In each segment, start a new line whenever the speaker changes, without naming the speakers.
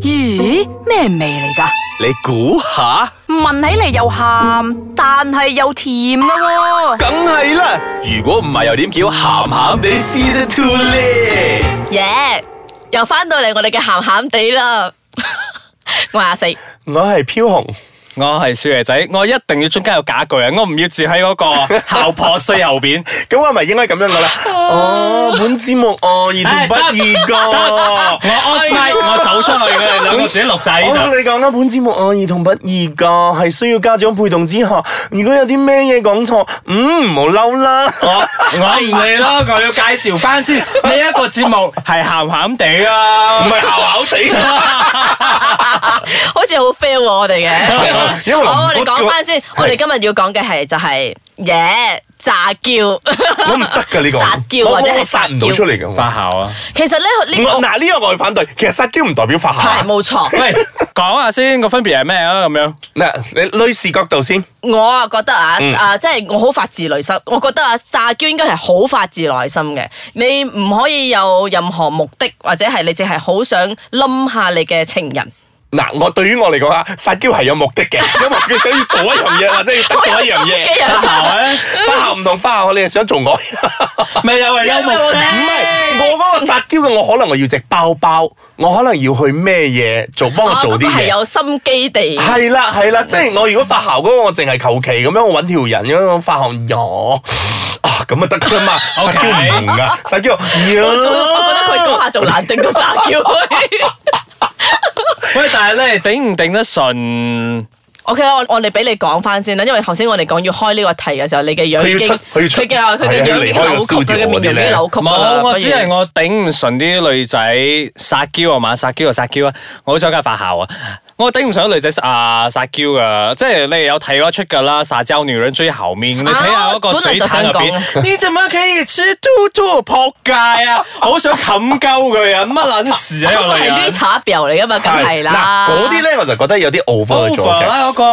咦，咩味嚟噶？
你估下，
聞起嚟又鹹，但係又甜噶喎、
梗係啦。如果唔係，又點叫鹹鹹地 Season Two 咧？
耶！又翻到嚟我哋嘅鹹鹹地啦， 我係阿四，
我係飄紅，
我係少爺仔，我一定要中間有假句啊！我唔要住喺嗰個姣婆衰後邊。
咁我咪應該咁樣噶啦。哦，本節目哦，兒童不宜
哎
哦噶。
我 off 麥我走出去，我哋兩個自己錄晒
哎
呢
我同
度。
你講啦，本節目哦我兒童不宜噶，係需要家長陪同之下。如果有啲咩嘢講錯，嗯，唔好嬲 啦。
我我唔理啦，我要介紹翻先。呢一個節目係鹹鹹地啊，
係姣姣地。
好似好 fail 喎我哋嘅。
啊因為林
好，我哋
哥叫
講翻先，我哋今日要講嘅係就係耶炸 叫，
我唔得噶呢個，
撒嬌
我
或者係
我
撒
殺
嬌
唔到出嚟噶。
發姣啊！
其實咧呢
我
個
嗱呢個我係反對，其實撒嬌唔代表發
係
姣。
冇錯。
喂，講下先個分別係咩啊？咁樣
嗱，你女士角度先，
我啊覺得啊，
嗯
啊即係我好發自內心，我覺得啊炸嬌應該係好發自內心嘅，你唔可以有任何目的，或者係你淨係好想冧下你嘅情人。
嗱，我對於我嚟講啊，撒嬌係有目的 嘅，因為佢想要做一樣嘢或者要得到一樣嘢。
發
啊
姣咧，
花校唔同花校，你係想 做我？唔
咪又係幽默。
係，我嗰個撒嬌嘅，我可能我要隻包包，我可能要去咩嘢做，幫我
啊
做
嗰個
啲
係
嘢。
有心機地。
係啦係啦，即係我如果發姣嗰個，我淨係求其咁樣，我揾條人咁樣發姣我啊咁啊得㗎 嘛，撒嬌唔同噶，撒嬌
我覺得我
呀。
覺得佢嗰下仲難頂過撒嬌。
喂，但係咧頂唔頂得順？
OK 啦，我我哋俾你講翻先啦，因為頭先我哋講要開呢個題嘅時候，你嘅
佢
樣
要
已經
出佢要出
佢嘅佢嘅
係啊
樣已經
離開個
扭曲，佢
studio
嘅面容已經
嗰啲咧
扭曲㗎啦
冇，我
啊不如
只係我頂唔順啲女仔撒嬌啊嘛，撒嬌啊撒嬌啊，我好想加發姣啊！我頂唔順啲女仔啊撒嬌噶，即係你有睇嗰出噶啦，撒嬌女人追後面，你睇下嗰個水潭入
啊
邊，你怎麼可以吃兔兔撲街啊！我好想冚鳩佢啊！乜撚 事啊？
嗰個
個女
係
人
綠茶婊嚟㗎嘛，梗係啦。
嗱嗰啲咧我就覺得有啲 over 咗
over
嘅。
啦嗰個。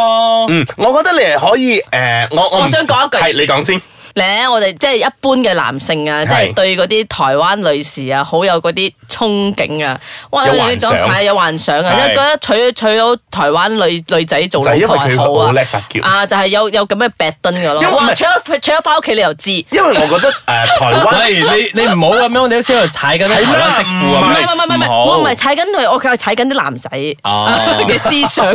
嗯，我覺得你係可以誒、呃我我唔
我想講一句
係你講先，
咧，我哋即係一般嘅男性啊，即
係
係對嗰啲台灣女士啊，好有嗰啲憧憬啊，哇！
有
你
幻想
講係有幻想啊，
係
因為覺得娶娶到台灣女女仔做
就係因
老
為佢
婆係好
好
啊
叻，撒嬌，
啊就係有有咁嘅 b a d 嘅
因為
咯，
唔
哇！
係
娶咗娶咗翻屋企你又知。
因為我覺得誒、呃台灣
喂，你你唔好咁樣，你好似喺度踩緊啲台灣媳婦啊
唔
咁
係唔係唔係唔係，我唔係踩緊佢，我佢係踩緊啲男仔
哦
嘅 思想。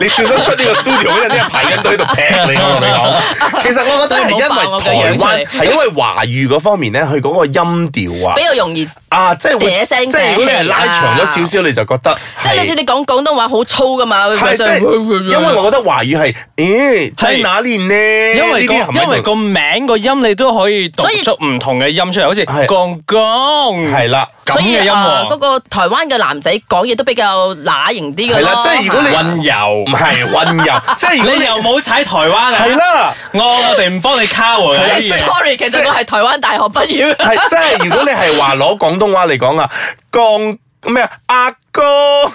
你小心出呢個 studio 嗰陣，啲人排緊隊喺度劈你，我 同你講。其實我覺得係
所以唔好爆我個
因為台
樣出
灣
嚟
係因為華語嗰方面咧，佢嗰個音調啊
比，較容易，即
啊即係會
嗲聲
即係如果你係拉長咗少少，你就覺得
係好似
係。
你講廣東話好粗噶嘛，
係即係，因為我覺得華語係，咦，在
係
哪裡呢？
因為
呢
個
啲係咪
因為
就
個名個音你都可以讀
所以
出唔同嘅音出嚟，好似
係
公公
係啦，
咁
所以
嘅音
啊嗰
樂，
個台灣嘅男仔講嘢都比較乸型啲嘅
係啦
咯。
即係如果你
温柔
唔。係温柔，即係如果
你又冇踩台灣啊？
係，啦。
我我哋唔幫你 cover 啊呢
你
啲嘢
哎 sorry，其實我係台灣大學畢業。
係真係，如果你係話攞廣東話嚟講啊，降咩啊，阿哥，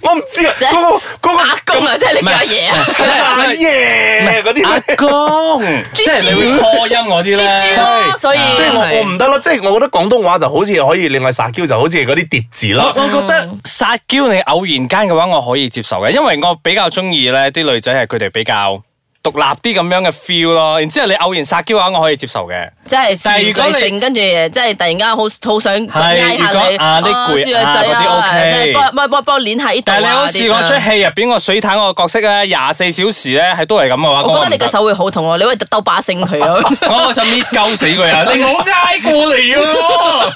我唔知啊，
即係
嗰個嗰
打
個
工啊，即係你叫阿啊爺啊，
係啦阿爺嗰啲
阿
咧。
公，即係你會拖音嗰啲咧，
豬豬咯，所以嗯
即係我我唔得啦，即係我覺得廣東話就好似可以，另外撒嬌就好似係嗰啲疊 字
我
啦。
我覺得撒嬌你偶然間嘅話，我可以接受嘅，因為我比較中意咧啲女仔係佢哋比較獨立啲咁樣嘅 feel 咯。然之後你偶然撒嬌嘅話，我可以接受嘅。
即係事
但係如
業
果
女
你
性，跟住即係突然間好好想
係
挨
如
下
果
你，
啊你攰
小女仔
啊嗰啲
啊，
OK
即係幫幫幫幫捻下呢度啊
但係你好似
啲啊
嗰出戲入邊個水坦個角色咧，廿四小時咧係都係咁嘅話，
我覺得你
個
嘅，手會好痛啊喎，你可以兜把性佢啊！
我想搣鳩死佢啊！你冇拉過嚟啊！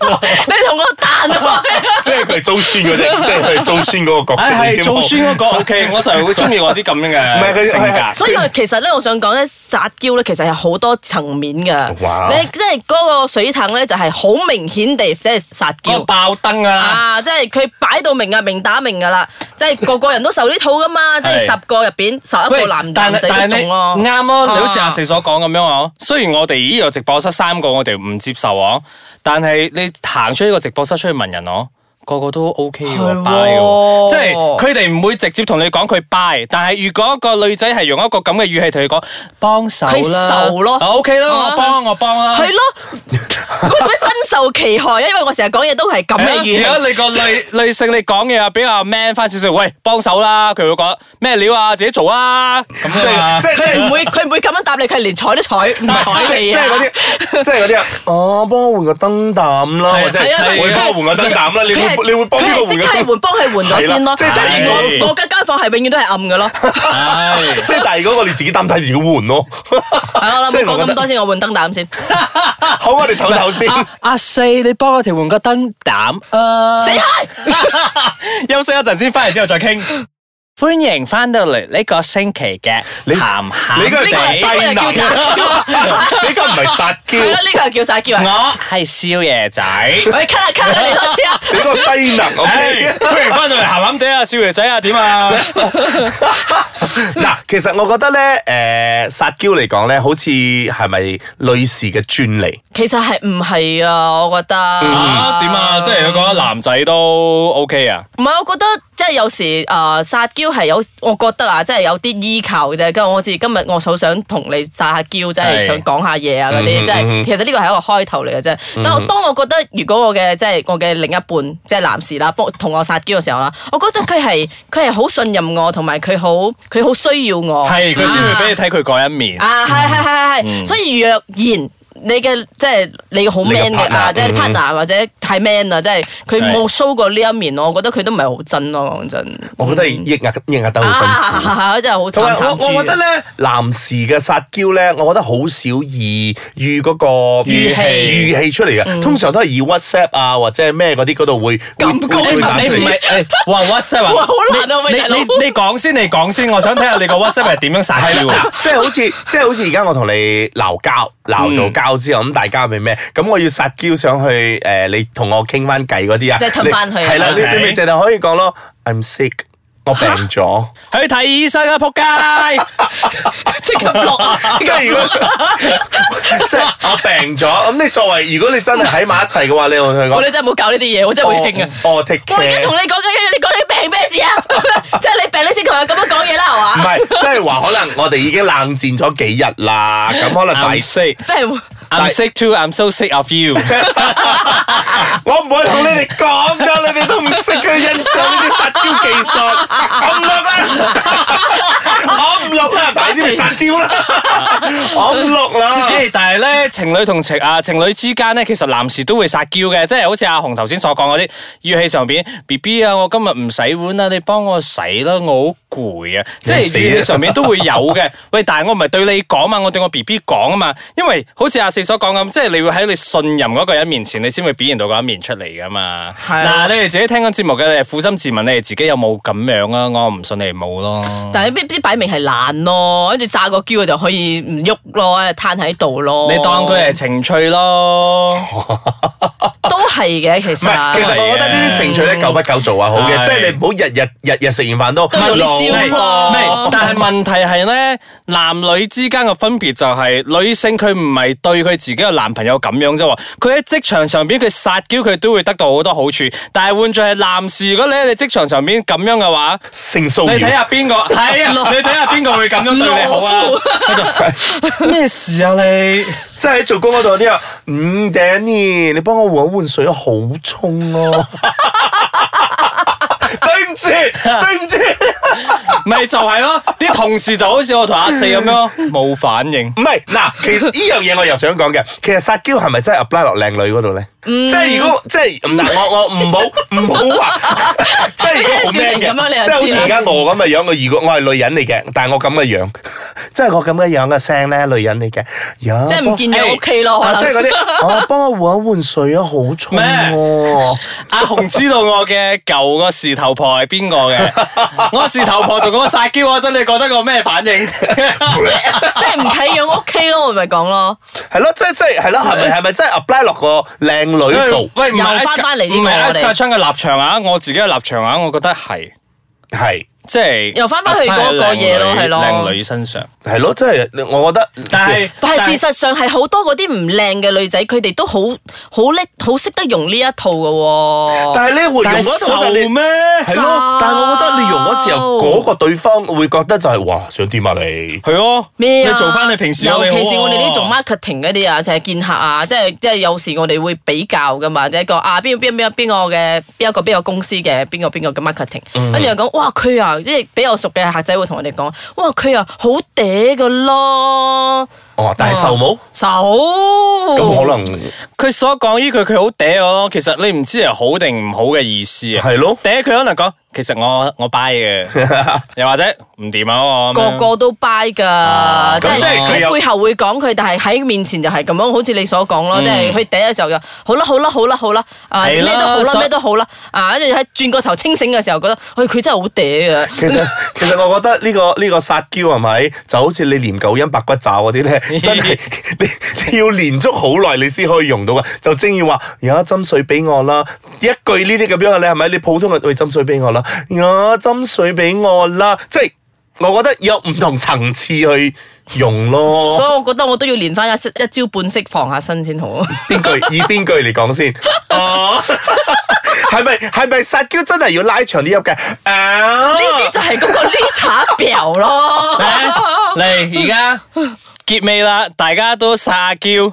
你同我彈啊！
即係佢係租孫嗰 啫，即係佢係租孫嗰個角色。
唉，
你
哎係
知冇
做孫嗰個 OK，我就會中意我啲咁樣
唔係佢
嘅性
係
格。
所以我其實咧，我想講咧，撒嬌咧其實係好多層面㗎。
哇
你即係嗰個水藤咧，就係好明顯地即係撒
嗰個
嬌。
爆燈啊！
啊！即係佢擺到明啊，明打明㗎啦，即係個個人都受呢套㗎嘛，即係
係
十個入邊十一個男
但
男
係
仔
但
都中
係你
咯。
啱咯，你好似
啊
阿四所講咁樣哦。雖然我哋呢啊個直播室三個我哋唔接受哦，但係你行出呢個直播室出去問人哦，個個都 O K
係
喎
喎
，buy 喎，即係佢哋唔會直接同你講佢 buy，但係如果個女仔係用一個咁嘅語氣同你講幫手
佢
啦
受咯啊
，O K 啦，我幫我幫
啊
啦，
係咯，我做咩身受其害啊？因為我成日講嘢都係咁
啊
嘅語氣。
啊如果你個女女性你講嘢啊，比較 man 翻少少，喂幫手啦，佢會講咩料啊，自己做啊，咁啊
即係即係
佢唔會佢唔會咁樣答你，佢係連睬都睬唔睬
即
你
係
啊！
嗰啲，即係嗰啲啊！哦，幫我換個燈膽啦，
係啊
或者
係啊
係
係啊
會幫我換個燈膽啦，你
佢
會
係
你會幫邊個
佢係
換
即
個
刻係
燈？
換幫佢換咗先
係啦
咯。
即係
跟住
係
我我間間房係永遠都係暗 嘅咯。
唉。
即係但係嗰個你自己擔睇自己換咯。
係啦，我
即係
諗
我覺
講
得啊
咁多啊先，我換燈膽先。
好，我哋唞唞先。
阿阿四，你幫我哋換個燈膽啊！
死開！
休息一陣先，翻嚟之後再傾。歡迎翻到嚟呢個星期嘅
你
鹹 鹹
你嗰個
呢個係
係低
啊呢個
能
係叫撒嬌，
呢個唔係撒
係
嬌
啦，，呢個係叫撒嬌啊！
我係少爺仔。
喂，cut 啊 cut 啊，你多次 啊！
你個低 能。OK
歡迎翻到嚟鹹鹹地啊，少爺仔啊，點啊？
嗱，其實我覺得咧，誒撒嬌嚟講咧，好似係咪女士嘅專利？
其實係唔係啊？我覺得
嗯
啊，點啊？即係佢講男仔都 OK à. 啊？
唔係，我覺得即係有時誒、呃、撒嬌係有，我覺得啊，即係有啲依靠嘅啫。跟住我好似今日我好想同你撒下嬌，即
係嗯
係想講下嘢啊嗰啲，即係其實呢個係一個開頭嚟嘅啫。但我當我覺得如果我嘅即係我嘅另一半即係男士啦，幫同我撒嬌嘅時候啦，我覺得佢係佢係好信任我，同埋佢好佢好需要我。
係，佢先
À.
會俾你睇佢嗰一
嗯
面。
啊，係係係係係，所以若然。你嘅即係你好
你嘅
man 嘅
partner，
啊，即係
嗯
partner 或者太 man 啊啦，即係佢冇
係
show 過呢一面，我覺得佢都唔係好真咯，講真。
我覺得係抑壓抑壓得好辛苦。
嗯啊， 真係好
同埋
慘
我
慘
我覺得
豬。
咧，男士嘅撒嬌咧，我覺得好少以語嗰個
語氣嗯
語氣出嚟嘅，通常都係以 WhatsApp 啊或者係咩嗰啲嗰度會
咁
會
高
會
你
層
打
你
字
唔係誒哇 WhatsApp 啊？
哇好難啊
你
喂大佬
你你你講先，你講先，我想睇下你個 WhatsApp 係點樣撒嬌啊？
即係好似，即係好似而家我同你鬧交，鬧
嗯
咗交之後，咁大家咪咩？咁我要撒嬌想去誒、呃你同我傾翻偈嗰啲啊，
即係氹返佢啊
係啦，你
OK
你咪淨係可以講咯，I'm sick，我病 咗。
去睇醫生啊！仆街！
即刻 block，
即啊係如果 即係我病咗，咁你作為如果你真係喺埋一齊嘅話，你會同佢
我
講
哋真係冇搞呢啲嘢，我真係會
哦
興啊！
我我 take
我而家
care
同你講緊嘢，你講你病咩 事啊？即係你病你先同我咁樣講嘢啦，
唔
係嘛？
係，即係話可能我哋已經冷戰咗幾日啦，咁可能 大
I'm sick.
即係
I'm sick too. I'm so sick of you.
我唔會同你哋講噶，你哋都唔識嘅欣賞呢啲撒嬌技術，啊我唔錄啦，我唔錄啦，快啊啲去撒嬌啦，啊我唔錄啦。
誒，但係咧，情侶同情啊情侶之間咧，其實男士都會撒嬌嘅，即係好似阿紅頭先所講嗰啲語氣上邊，B B 啊，我今日唔洗碗啦，你幫我洗啦，我好攰啊，即係
你死啊
語氣上面都會有 嘅。喂，但係我唔係對你講嘛，我對我 B B 講啊嘛，因為好似阿四所講咁，即係你會喺你信任嗰個人面前，你先會表現到嗰一面出嚟噶嘛。
係啊
嗱，你哋自己聽緊節目嘅，你哋負心自問，你哋自己有冇咁樣啊？我唔信你哋冇咯。
但係呢啲擺明係懶咯，跟住炸個嬌就可以唔喐咯，攤喺度咯。
你當佢係情趣咯。
都係啊嘅，其
唔係，其
實。
實我覺得呢啲情趣咧夠不夠做啊，好嘅，
係
即係你唔好日日日日食完飯都
都用呢招
錄
喎
唔係，但係問題係咧，男女之間嘅分別就係、女性佢唔係對佢自己嘅男朋友咁樣啫喎，佢喺職場上邊佢撒嬌佢都會得到好多好處，但係換做係男士，如果你喺你職場上邊咁樣嘅話，
性
你
騷
睇
擾。
下邊個 係啊？你睇下邊個會咁樣對你好啊？佢就咩事啊你？
即係喺做工嗰度有啲啊，嗯，Danny，你幫我換一換水，好沖哦。 對唔住，對唔住。
咪就係咯，啲同事就好似我同阿四咁樣冇反應。
唔係嗱，其實呢樣嘢我又想講嘅，其實撒嬌係咪真係 apply 落靚女嗰度咧？
嗯
即係如果即係嗱，我我唔好唔好話， 即係如果我
你睇
man
你
嘅，
笑成咁樣你就
即係好似
知啦
而家我咁嘅樣，我如果我係女人嚟嘅，但係我咁嘅樣， 即係我咁嘅樣嘅聲咧，女人嚟嘅，呀
即係唔見
啊幫
咗 OK 咯，可
啊即係
能
嗰啲， 我幫我換一換水啊，好重 喎。
阿紅知道我嘅舊個事頭婆係邊個嘅？ 我事頭婆同我撒嬌嗰陣，你覺得我咩反應？
即係唔睇樣 OK 咯，我咪 講咯。
係咯，即係即係係咯，係咪係咪真係 apply 落個靚女度？
喂，唔係
又翻返嚟呢個
唔係
我哋
S 卡昌嘅立場啊，我自己嘅立場啊，我覺得係。
係
即係
又返返去嗰個嘢咯係咯
靚女身上，
係咯，真係我覺得，
但係
但係事實上係好多嗰啲唔靚嘅女仔，佢哋都好好叻，好識得用呢一套嘅喎。
但係咧會用
但係
嗰套
瘦
就你
咩？
係咯，但係我覺得你用嗰時候，嗰個對方會覺得就係哇想點啊你，
係咯，
咩啊
你做翻你平時
尤
有你好
其是
喎
我哋呢啲做 marketing 嗰啲啊，就係見客啊，即係即係有時我哋會比較噶嘛，即係講啊邊邊邊邊個嘅邊一個邊個公司嘅邊個邊個嘅 marketing，跟住
嗯
又講哇佢啊，即係比較熟嘅客仔會同我哋講，哇佢啊好嗲噶咯，
哦，但係
哦
受冇，
手
咁
咁
可能
佢所講呢句佢好嗲我咯，其實你唔知係好定唔好嘅意思啊。
係咯。
嗲佢可能講，其實我我 buy 嘅，又或者唔掂啊我咁樣
個個都 buy 噶，即
咁即係
係
佢有
喺背後會講佢，但係喺面前就係咁樣，好似你所講咯，即係佢嗲嘅時候就好啦，好啦，好啦，好啦，啊
係
咩
啦
都好啦，
所
咩都好啦，啊跟住喺轉個頭清醒嘅時候覺得，哎佢真係好嗲啊！
其實 其實我覺得呢、個呢、個撒嬌係咪就好似你練九陰白骨爪嗰啲咧，真係你你要練足好耐你先可以用到嘅。就正如話有一針水俾我啦，一句呢啲咁樣嘅你係咪？你普通嘅喂針水俾我啦，有一針水俾我啦，即係我覺得有唔同層次去用
所
咯。
以我覺得我都要練翻一一招半式防下身先好。
邊句以邊句嚟講先？哦，係咪係咪撒嬌真係要拉長啲音嘅？啊！
呢啲就係嗰個呢 茶表 咯。
嚟而家結尾啦，大家都撒嬌。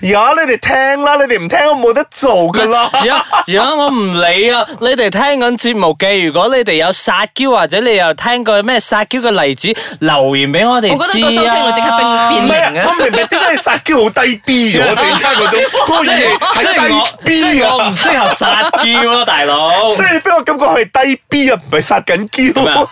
而家你哋聽啦，你哋唔聽我冇得做噶啦。
而家而家我唔理啊！你哋聽緊節目嘅，如果你哋有撒嬌或者你又聽過咩撒嬌嘅例子，留言俾我哋
我覺得個
知
收
啊
聽率即刻
唔
變變
係
零
啊，
啊！
我明明點解你殺機好低 B 咗？突然間嗰種嗰個
即係
嘢
即係我
係低
即
B
係我
啊
唔！適合撒嬌咯，大佬。
即係你俾我感覺係低 B 啊，唔係殺緊嬌。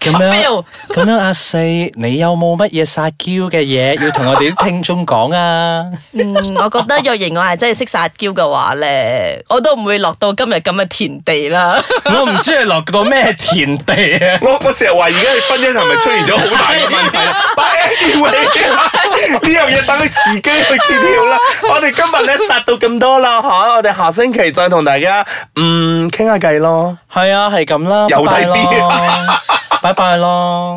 咁
Fail
樣咁樣，阿四，你有冇乜嘢撒嬌嘅嘢要同我哋啲聽眾講啊？
嗯，我覺得若然我係真係識撒嬌嘅話咧，我都唔會落到今日咁嘅田地啦。
我唔知你落到咩田地啊！
我我成日話而家你婚姻係咪出現咗好大嘅問題啊？但係 anyway，呢樣嘢等佢自己去揭曉啦。我哋今日咧殺到咁多啦吓，我哋下星期再同大家嗯傾下偈咯。
係啊，係咁啦，
又
拜拜
睇邊
咯，拜拜咯。